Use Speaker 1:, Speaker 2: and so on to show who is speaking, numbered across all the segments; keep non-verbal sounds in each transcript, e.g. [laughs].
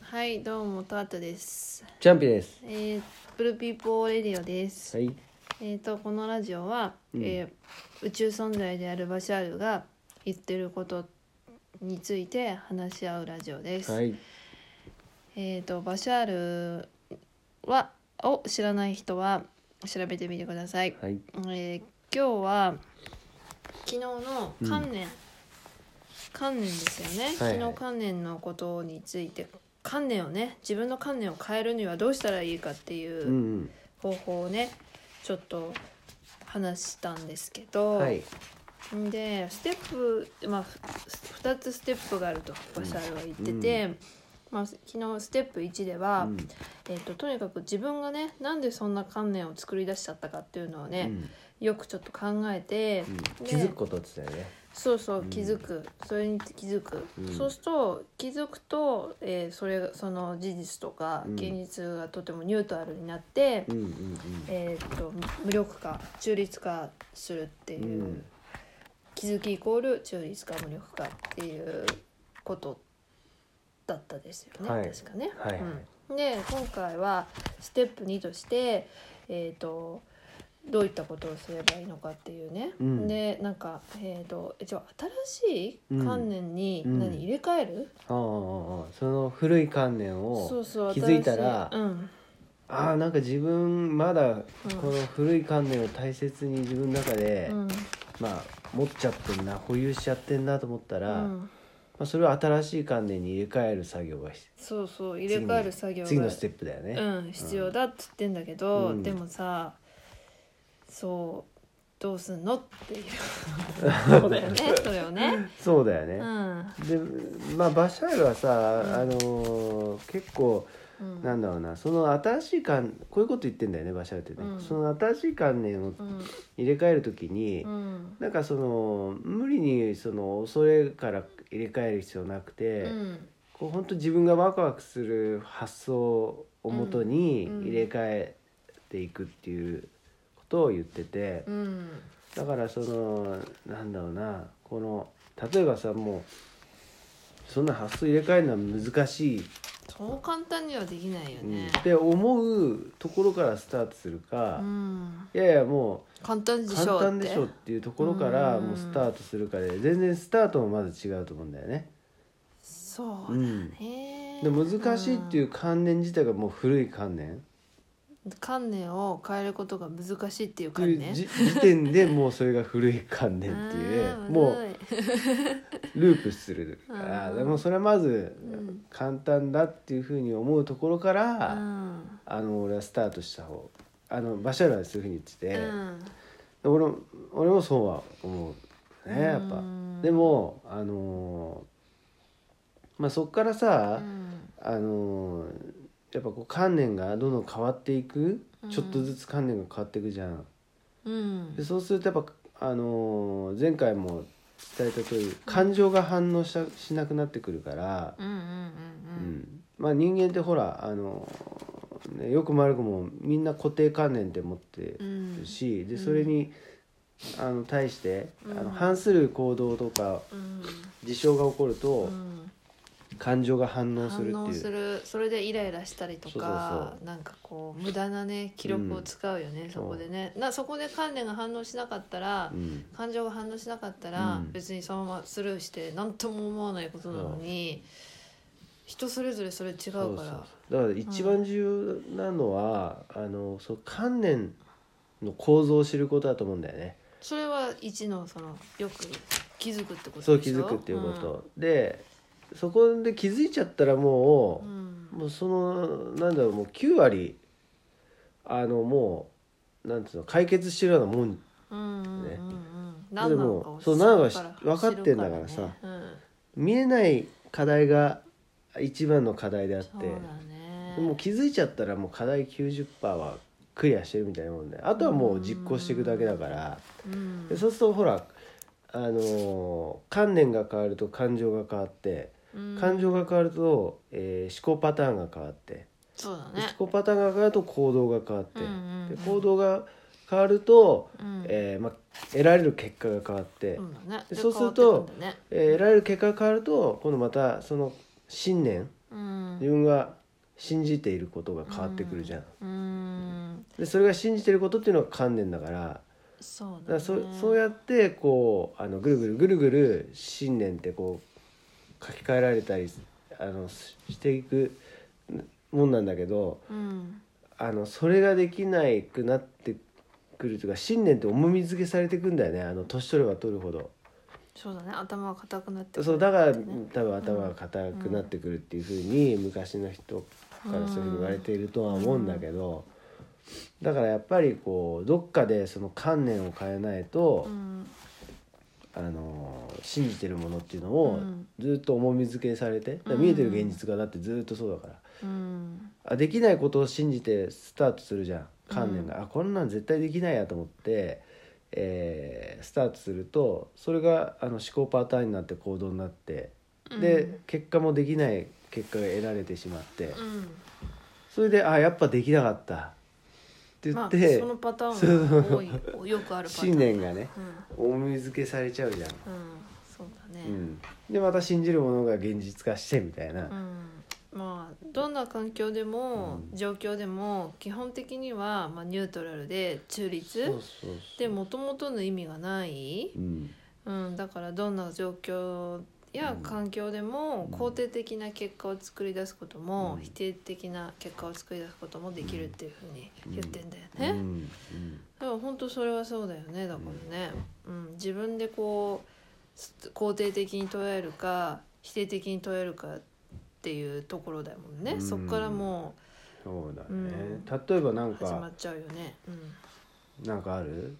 Speaker 1: はい、どうも、トワトです。
Speaker 2: ジャンピです。
Speaker 1: えー、ブルーピーポーレディオです。
Speaker 2: はい。
Speaker 1: えっ、と、このラジオは、えー宇宙存在であるバシャールが言ってることについて話し合うラジオです。
Speaker 2: はい。
Speaker 1: えっ、と、バシャールは、を知らない人は調べてみてください。
Speaker 2: はい。
Speaker 1: えー今日は昨日の観念、観念ですよね、
Speaker 2: はいはい
Speaker 1: 昨日観念のことについて観念をね自分の観念を変えるにはどうしたらいいかって
Speaker 2: うん
Speaker 1: いう
Speaker 2: うん。
Speaker 1: 方法をねちょっと話したんですけど、
Speaker 2: はい。
Speaker 1: でステップ、まあ、ふ2つステップがあるとバシャールは言ってて、まあ、昨日ステップ1では、
Speaker 2: うん
Speaker 1: えー、ととにかく自分がねなんでそんな観念を作り出しちゃったかっていうのをね、
Speaker 2: うん
Speaker 1: よくちょっと考えて、
Speaker 2: うん
Speaker 1: で
Speaker 2: 気づくことって言ってたよね。
Speaker 1: そうそう
Speaker 2: うん
Speaker 1: 気づく、それに気づく、
Speaker 2: うん
Speaker 1: そうすると気づくと、えーそれがその事実とか
Speaker 2: うん
Speaker 1: 現実がとてもニュートラルになって、
Speaker 2: うんうん
Speaker 1: えーっと無力化中立化するって
Speaker 2: うん。う
Speaker 1: いう、
Speaker 2: ん。
Speaker 1: 気づきイコール中立化無力化っていうことだったですよね、
Speaker 2: はい
Speaker 1: 確かね。
Speaker 2: はいはい
Speaker 1: うん、で今回はステップ2として、えー、とどういったことをすればいいのかっていうね、
Speaker 2: うん
Speaker 1: でなんか、えー、と一応新しい観念に
Speaker 2: うん
Speaker 1: 何、
Speaker 2: うん
Speaker 1: 入れ替える、
Speaker 2: ああああああ。その古い観念
Speaker 1: そう
Speaker 2: を。
Speaker 1: そう
Speaker 2: 気づいた
Speaker 1: 新
Speaker 2: ら
Speaker 1: しいうん
Speaker 2: ああ、なんか自分まだ
Speaker 1: うん
Speaker 2: この古い観念を大切に自分の中で、
Speaker 1: うん
Speaker 2: まあ持っちゃってんな、保有しちゃってんなと思った
Speaker 1: う
Speaker 2: ら、ま
Speaker 1: ん、
Speaker 2: あそれを新しい観念に入れ替える作業が必
Speaker 1: そうそう入
Speaker 2: 要。
Speaker 1: れ替える作業が
Speaker 2: 次の次のステップだよね。
Speaker 1: うん、必要だって言ってんだけど、
Speaker 2: うん
Speaker 1: でもさそうどうすんのっていうそうだよねそれをね。
Speaker 2: そうだよ
Speaker 1: う
Speaker 2: ね。
Speaker 1: ん
Speaker 2: で、まあバシャールはさ、
Speaker 1: うん
Speaker 2: あのー結構。
Speaker 1: うん
Speaker 2: なんだろうなその新しい観こういうこと言ってんだよねバシャールってね、
Speaker 1: うん
Speaker 2: その新しい観念
Speaker 1: う
Speaker 2: を
Speaker 1: ん
Speaker 2: 入れ替える時に、
Speaker 1: うん
Speaker 2: なんかその無理にその恐れから入れ替える必要なくて、
Speaker 1: うん
Speaker 2: こう本当自分がワクワクする発想をもとに
Speaker 1: うん
Speaker 2: 入れ替えていくっていうことを言ってて、
Speaker 1: うん
Speaker 2: だからそのなんだろうなこの例えばさもうそんな発想入れ替えるのは難しい
Speaker 1: そう簡単にはできないよ
Speaker 2: うん
Speaker 1: ね。
Speaker 2: って思うところからスタートするか、
Speaker 1: うん、
Speaker 2: いやいやも
Speaker 1: 簡単
Speaker 2: う
Speaker 1: でし
Speaker 2: 簡
Speaker 1: ょ
Speaker 2: 単
Speaker 1: って
Speaker 2: でしょっていうところから
Speaker 1: うん
Speaker 2: もうスタートするかで全然スタートもまだ違うと思うんだよね。
Speaker 1: そううだ
Speaker 2: ん、
Speaker 1: ね、
Speaker 2: で難しいっていう観念自体がもう古い観念
Speaker 1: うん観念を変えることが難しいっていう
Speaker 2: って
Speaker 1: 観
Speaker 2: いう
Speaker 1: 念
Speaker 2: じ時点でもうそれが古い観念っていう
Speaker 1: あー
Speaker 2: も
Speaker 1: むず
Speaker 2: う
Speaker 1: い
Speaker 2: ループするから
Speaker 1: うん
Speaker 2: でもそれはまず
Speaker 1: うん
Speaker 2: 簡単だっていうふうに思うところか
Speaker 1: う
Speaker 2: ら
Speaker 1: ん
Speaker 2: あの俺はスタートした方あのバシャールはそういうふうに言ってて。
Speaker 1: うん
Speaker 2: 俺も俺もそうは思うねやっぱ
Speaker 1: うん
Speaker 2: でもあのーまあそっから
Speaker 1: う
Speaker 2: さ、
Speaker 1: ん
Speaker 2: あのーやっぱこう観念がどんどん変わっていく
Speaker 1: うん
Speaker 2: ちょっとずつ観念が変わっていくじゃん、
Speaker 1: うん
Speaker 2: でそうするとやっぱ、あのー前回も伝えた通り感情が反応したしなくなってくるから、
Speaker 1: うんうん
Speaker 2: う
Speaker 1: うん
Speaker 2: んまあ人間ってほら、あのーね、よくも悪くもみんな固定観念って持って
Speaker 1: うんうん
Speaker 2: し
Speaker 1: う
Speaker 2: で
Speaker 1: ん
Speaker 2: それに、あの対して、あ
Speaker 1: うん
Speaker 2: の反する行動とか
Speaker 1: うん
Speaker 2: 事象が起こると、
Speaker 1: うん
Speaker 2: 感情が反応する
Speaker 1: 反応
Speaker 2: っ
Speaker 1: す
Speaker 2: ていう
Speaker 1: るそれでイライラしたりと
Speaker 2: そう
Speaker 1: か
Speaker 2: そう
Speaker 1: なんかこう無駄なね記録を使うよね、そこでねなそこで観念が反応しなかったら、
Speaker 2: うん
Speaker 1: 感情が反応しなかったら、
Speaker 2: うん
Speaker 1: 別にそのままスルーして何とも思わないことなのに人それぞれそれ違うから
Speaker 2: そうそうそうだから一番重要なのは、あのそう観念の構造を知ることだと思うんだよね。
Speaker 1: それは一のそのよく気づくってことでしょ
Speaker 2: そう気づくっていうこと、でそこで気づいちゃったらも
Speaker 1: うん、うん
Speaker 2: う、もうそのなんだろうもう9割あのもうなんつうの解決してるようなもん
Speaker 1: うんうんうん
Speaker 2: ね
Speaker 1: うん
Speaker 2: で
Speaker 1: 何なのかを
Speaker 2: もそう
Speaker 1: 知る
Speaker 2: 何がし
Speaker 1: から
Speaker 2: 分かってんだからさ
Speaker 1: 知るからねうん
Speaker 2: 見えない課題が一番の課題であっ
Speaker 1: そう
Speaker 2: て、
Speaker 1: だね
Speaker 2: でも気づいちゃったらもう課題90%はクリアしてるみたいなもんであとはもう実行していくだけだから、
Speaker 1: うん
Speaker 2: でそうするとほらあのー観念が変わると感情が変わって
Speaker 1: うん
Speaker 2: 感情が変わると、えー思考パターンが変わって、
Speaker 1: そうだ
Speaker 2: で
Speaker 1: ね
Speaker 2: 思考パターンが変わると行動が変わって、
Speaker 1: うんうんうん
Speaker 2: で行動が変わると、
Speaker 1: うん
Speaker 2: えーまあ、得られる結果が変わって、
Speaker 1: そうだね
Speaker 2: で
Speaker 1: で
Speaker 2: そうすると
Speaker 1: 変わってくんだね
Speaker 2: えー得られる結果が変わると今度またその信念
Speaker 1: ううん
Speaker 2: 自分が信じていることが変わってくるじゃん、
Speaker 1: うん
Speaker 2: でそれが信じていることっていうのが観念だから
Speaker 1: そうだ,、ね
Speaker 2: だ、からそそうやってこうあのぐるぐるぐるぐる信念ってこう書き換えられたりあのししていくもんなんだけど
Speaker 1: うん
Speaker 2: あのそれができないくなってくるというか信念って重み付けされていくんだよねあの年取れば取るほど。
Speaker 1: そうだね頭が硬くなってくる
Speaker 2: そうだから
Speaker 1: ね
Speaker 2: 多分頭が硬くなってくるっていうふうに昔の人からそういうふうに言われているとは思うんだけどだからやっぱりこうどっかでその観念を変えないと
Speaker 1: うん
Speaker 2: あの信じてるものっていうのを
Speaker 1: うん
Speaker 2: ずっと重みづけされてだから見えてる現実がだってずっとそうだから
Speaker 1: うん
Speaker 2: あできないことを信じてスタートするじゃん観念が、あこんなん絶対できないやと思って、えースタートするとそれがあの思考パターンになって行動になってで、
Speaker 1: うん
Speaker 2: 結果もできない結果が得られてしまって
Speaker 1: うん
Speaker 2: それであやっぱできなかったって言
Speaker 1: ま
Speaker 2: っ
Speaker 1: あ
Speaker 2: て、
Speaker 1: そのパターンが多いよくあるパターン
Speaker 2: 信念がね
Speaker 1: うん
Speaker 2: 重みづけされちゃうじゃん、
Speaker 1: うんそうだね
Speaker 2: うん、でまた信じるものが現実化してみたいな、
Speaker 1: うんまあどんな環境でも
Speaker 2: う
Speaker 1: 状況でも基本的にはまあニュートラルで中
Speaker 2: そう
Speaker 1: 立
Speaker 2: そうそう
Speaker 1: でもともとの意味がない
Speaker 2: うん
Speaker 1: うん、だからどんな状況や
Speaker 2: うん
Speaker 1: 環境でも
Speaker 2: うん
Speaker 1: 肯定的な結果を作り出すことも、
Speaker 2: うん
Speaker 1: 否定的な結果を作り出すこともできるっていうふうに言ってんだよ
Speaker 2: う
Speaker 1: ね。
Speaker 2: ん
Speaker 1: だから本当それはそうだよねだからね、うん、自分でこうす肯定的に捉えるか否定的に捉えるかっていうところだもんね、
Speaker 2: うん
Speaker 1: そこからも
Speaker 2: そうだね、
Speaker 1: うん
Speaker 2: 例えばなん
Speaker 1: う
Speaker 2: か
Speaker 1: 始まっちゃうよね。うん、
Speaker 2: なんかある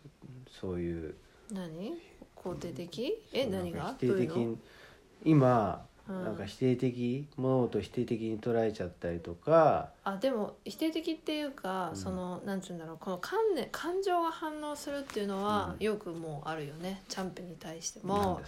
Speaker 2: そういう
Speaker 1: 何肯定的え
Speaker 2: なん
Speaker 1: 何
Speaker 2: か
Speaker 1: が
Speaker 2: 否
Speaker 1: どう
Speaker 2: 定的
Speaker 1: いうの
Speaker 2: に今、
Speaker 1: うん
Speaker 2: なんか否定的物事を否定的に捉えちゃったりとか
Speaker 1: あでも否定的っていうか、
Speaker 2: うん
Speaker 1: そのなんて言うんだろうこの観念感情が反応するっていうのは、
Speaker 2: うん
Speaker 1: よくもうあるよねチャンピに対しても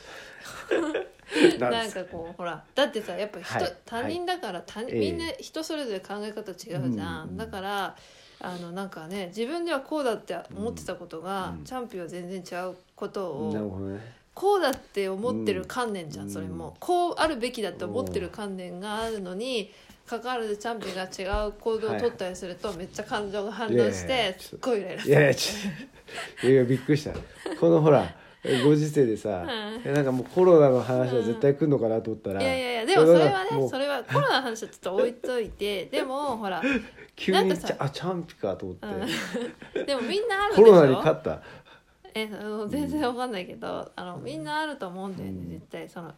Speaker 2: な
Speaker 1: なん [laughs] ん
Speaker 2: です
Speaker 1: かこうほらだってさやっぱ人、
Speaker 2: はい
Speaker 1: 他人だから、他
Speaker 2: ええ
Speaker 1: みんな人それぞれ考え方違うじゃん、
Speaker 2: うん
Speaker 1: だからあのなんかね自分ではこうだって思ってたことが、
Speaker 2: うん
Speaker 1: チャンピは全然違うことを、
Speaker 2: なるほどね
Speaker 1: こうだって思ってる観念じゃん、
Speaker 2: うん
Speaker 1: それもこうあるべきだって思ってる観念があるのにかかわらずチャンピンが違う行動を取ったりするとめっちゃ感情が反応し
Speaker 2: いやいやいや
Speaker 1: てすっごいイライラす
Speaker 2: い
Speaker 1: る
Speaker 2: やいやちょいやいやびっくりしたこのほらご時世でさ、
Speaker 1: う
Speaker 2: なんかもうコロナの話は絶対来るのかなと思ったら、
Speaker 1: いやいやいやでもそれは
Speaker 2: も
Speaker 1: ね
Speaker 2: う
Speaker 1: それはコロナの話はちょっと置いといてでもほ
Speaker 2: [laughs]
Speaker 1: ら、う
Speaker 2: 急
Speaker 1: なんか
Speaker 2: にち
Speaker 1: さ
Speaker 2: ゃあチャンピかと思って、
Speaker 1: ん、でもみんなあるで
Speaker 2: コ
Speaker 1: し
Speaker 2: ロナに勝
Speaker 1: ょ
Speaker 2: った
Speaker 1: えあの全然わかんないけどあのみんなあると思うんだよね
Speaker 2: うん
Speaker 1: 絶対その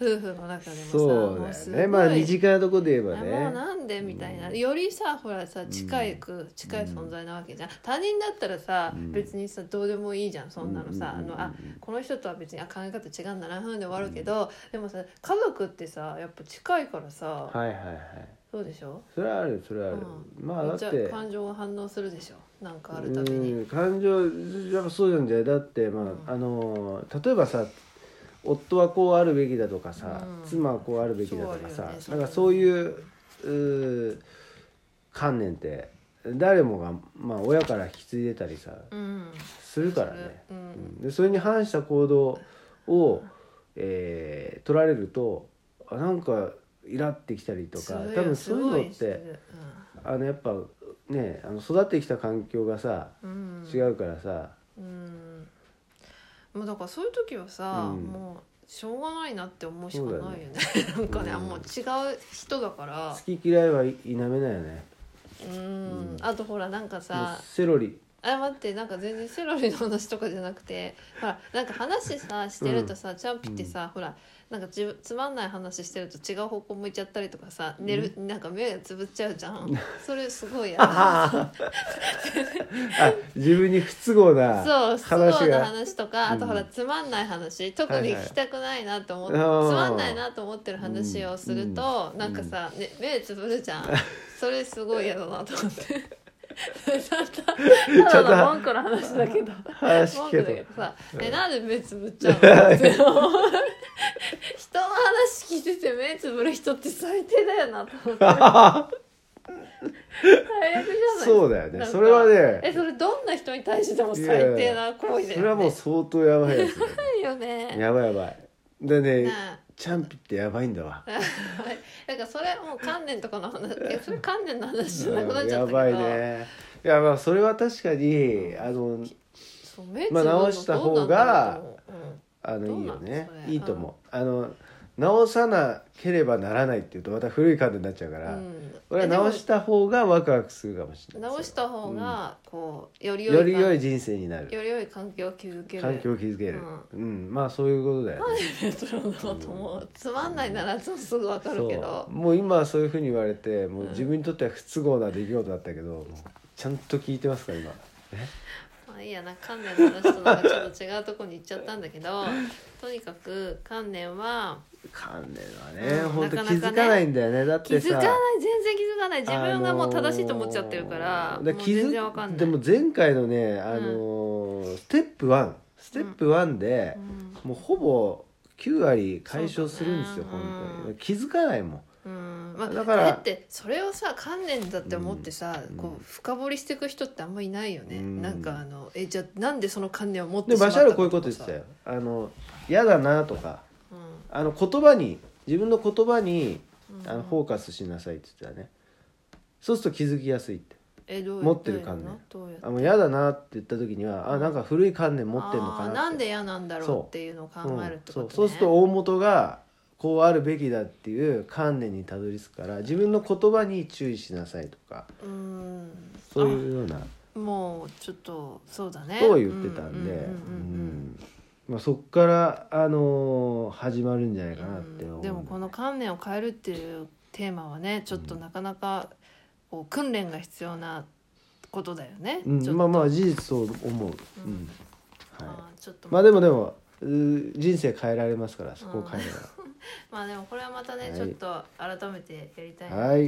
Speaker 1: 夫婦の中でもさ
Speaker 2: そう
Speaker 1: も
Speaker 2: だ
Speaker 1: す
Speaker 2: よ
Speaker 1: ごい
Speaker 2: ねまあ身近なとこで言えば
Speaker 1: あ
Speaker 2: ね
Speaker 1: もうなんでみたいな、よりさほらさ近いく、近い存在なわけじゃん他人だったらさ、
Speaker 2: うん
Speaker 1: 別にさどうでもいいじゃんそんなのさ、
Speaker 2: うんうんうんうん
Speaker 1: あのあこの人とは別にあ考え方違うんだなふんで終わるけど、でもさ家族ってさやっぱ近いからさ、
Speaker 2: はいはいはい
Speaker 1: そうでしょ
Speaker 2: それはあるそれはある、まあ
Speaker 1: め
Speaker 2: だ
Speaker 1: っ
Speaker 2: っ
Speaker 1: ちゃ
Speaker 2: て
Speaker 1: 感情が反応するでしょなんかあるたびに。
Speaker 2: うん感情やっぱそうなんだよだってまあ、
Speaker 1: うん
Speaker 2: あの例えばさ夫はこうあるべきだとかさ、
Speaker 1: うん
Speaker 2: 妻はこうあるべきだとか
Speaker 1: そう
Speaker 2: さ、
Speaker 1: あるよね
Speaker 2: なんかそういううー観念って誰もが、まあ、親から引き継いでたりさ
Speaker 1: うん
Speaker 2: するからね、
Speaker 1: うん
Speaker 2: うんでそれに反した行動を、えー取られるとあなんかイラってきたりと
Speaker 1: す
Speaker 2: か
Speaker 1: るよ
Speaker 2: 多分そういうのっ
Speaker 1: すごい
Speaker 2: て。あのやっぱねあの育ってきた環境がさ
Speaker 1: するうん
Speaker 2: 違うからさ、
Speaker 1: うんもうだからそういう時はさ、
Speaker 2: うん
Speaker 1: もうしょうがないなって思うしかないよね [laughs] なんかね、
Speaker 2: うん
Speaker 1: もう違う人だから
Speaker 2: 好き嫌いは否めないよね
Speaker 1: うん
Speaker 2: うん
Speaker 1: あとほらなんか
Speaker 2: も
Speaker 1: さ
Speaker 2: うセロリ
Speaker 1: あ待ってなんか全然セロリの話とかじゃなくてほらなんか話さしてるとさ、チャンピってさ、ほらなんかじつまんない話してると違う方向向いちゃったりとかさ寝る、なんか目がつぶっちゃうじゃ [laughs] んそれすごいやだ
Speaker 2: あ自分に不都合
Speaker 1: [laughs]
Speaker 2: な
Speaker 1: そう不都合な話とかあとほら
Speaker 2: うん
Speaker 1: つまんない話、特に聞きたくないなと思って、
Speaker 2: あー
Speaker 1: つまんないなと思ってる話をすると、
Speaker 2: うん
Speaker 1: なんかさ、ね、目つぶる
Speaker 2: [laughs]
Speaker 1: じゃんそれすごい嫌だなと思ってただただの文句の話だけど
Speaker 2: 話
Speaker 1: 文句
Speaker 2: 聞け
Speaker 1: だ
Speaker 2: と
Speaker 1: けどさ「え
Speaker 2: うん
Speaker 1: なんで目つぶっちゃう [laughs] の?」って人の話聞いてて目つぶる人って最低だよなと思って最悪
Speaker 2: [laughs]
Speaker 1: じゃない
Speaker 2: そうだよ
Speaker 1: な
Speaker 2: ね
Speaker 1: んか
Speaker 2: それは
Speaker 1: え
Speaker 2: ね
Speaker 1: それどんな人に対しても最低な行為だよね
Speaker 2: それはもう相当やばいやつだよ
Speaker 1: ないよね [laughs]
Speaker 2: ねやばいやばいでね
Speaker 1: ね
Speaker 2: チャンピってやばいんだわ
Speaker 1: だからそれもう観念とかの話えそれ観念の話じゃなくなっちゃ
Speaker 2: や
Speaker 1: った
Speaker 2: ば
Speaker 1: け
Speaker 2: い
Speaker 1: ど、
Speaker 2: ねいやまあそれは確かにあの
Speaker 1: そう目つぶ
Speaker 2: まあ
Speaker 1: るの
Speaker 2: 直した
Speaker 1: どう
Speaker 2: 方
Speaker 1: なんだ
Speaker 2: が
Speaker 1: ろううん
Speaker 2: あの
Speaker 1: ど
Speaker 2: いう
Speaker 1: な
Speaker 2: いよ
Speaker 1: ん
Speaker 2: ね
Speaker 1: それ
Speaker 2: いいと思う、あの直さなければならないっていうとまた古い観念になっちゃうから、
Speaker 1: うん
Speaker 2: 俺は直した方がワクワクするかもし
Speaker 1: で
Speaker 2: れ
Speaker 1: も
Speaker 2: ない
Speaker 1: 直した方がこうより良い
Speaker 2: より良
Speaker 1: 環
Speaker 2: い人生になる
Speaker 1: より良い環境を築ける
Speaker 2: 環境を築けるうん、まあそういうことだよね
Speaker 1: そういうこともう [laughs] つまんないならすぐわかるけ
Speaker 2: そ
Speaker 1: ど
Speaker 2: うもう今はそういうふうに言われてもううん自分にとっては不都合な出来事だったけど、もうちゃんと聞いてますから今
Speaker 1: まあいいやな観念の話となんかちょっと違うとこに行っちゃったんだけどとにかく観念は
Speaker 2: 観念はね、
Speaker 1: うん
Speaker 2: ほんと
Speaker 1: な
Speaker 2: 気
Speaker 1: かな
Speaker 2: づ
Speaker 1: かね
Speaker 2: かないんだよねだっ
Speaker 1: 気
Speaker 2: て
Speaker 1: づか
Speaker 2: さ
Speaker 1: ない全然気づかない自分がもう正しいと思っちゃってるから,、
Speaker 2: あのーだ
Speaker 1: もう
Speaker 2: 気づ
Speaker 1: 全然わかんない
Speaker 2: でも前回のね、あのーステップ1ステップ1で
Speaker 1: う、ん
Speaker 2: もうほぼ9割解消するんですよ、
Speaker 1: そうだね
Speaker 2: 本当
Speaker 1: う
Speaker 2: に気づかないもん
Speaker 1: うんまあ、
Speaker 2: だ
Speaker 1: だ
Speaker 2: から
Speaker 1: ってそれをさ観念だって思ってさ、
Speaker 2: うん
Speaker 1: こう深掘りしていく人ってあんまいないよね、
Speaker 2: うん
Speaker 1: なんかあのえじゃあなんでその観念を持って
Speaker 2: で
Speaker 1: しまっ
Speaker 2: バシ
Speaker 1: た
Speaker 2: ャー
Speaker 1: の
Speaker 2: ルこういうこと言ってたよあの嫌だなとか
Speaker 1: うん
Speaker 2: あの言葉に自分の言葉に
Speaker 1: うん
Speaker 2: あのフォーカスしなさいって言ってたねそうすると気づきやすいって
Speaker 1: えどう
Speaker 2: 持ってる観念
Speaker 1: どうやって
Speaker 2: あもう嫌だなって言った時にはあなんか古い観念持ってんのか
Speaker 1: あ
Speaker 2: なっ
Speaker 1: ー
Speaker 2: て
Speaker 1: なんで嫌なんだろ
Speaker 2: そう
Speaker 1: うっていうのを考えるってこと、ね
Speaker 2: うんそうそうすると大元がこうあるべきだっていう観念にたどり着くから自分の言葉に注意しなさいとか
Speaker 1: うーん
Speaker 2: そういうようなこ
Speaker 1: あもうちょっとそうだね
Speaker 2: とを言ってたんで
Speaker 1: ううう
Speaker 2: う
Speaker 1: うん
Speaker 2: まあそっから、あのー始まるんじゃないかなって
Speaker 1: う
Speaker 2: 思うんんだ
Speaker 1: で
Speaker 2: よね、
Speaker 1: もこの観念を変えるっていうテーマはねちょっとなかなかこう訓練が必要なことだよね、
Speaker 2: うん
Speaker 1: ちょっと
Speaker 2: まあまあ事実そう思う、う
Speaker 1: うん
Speaker 2: は
Speaker 1: まあちょっと
Speaker 2: い、まあでもでもうー人生変えられますからそこを変えれ
Speaker 1: まあでもこれはまたね、
Speaker 2: はい
Speaker 1: ちょっと改めてやりたいな
Speaker 2: ばはい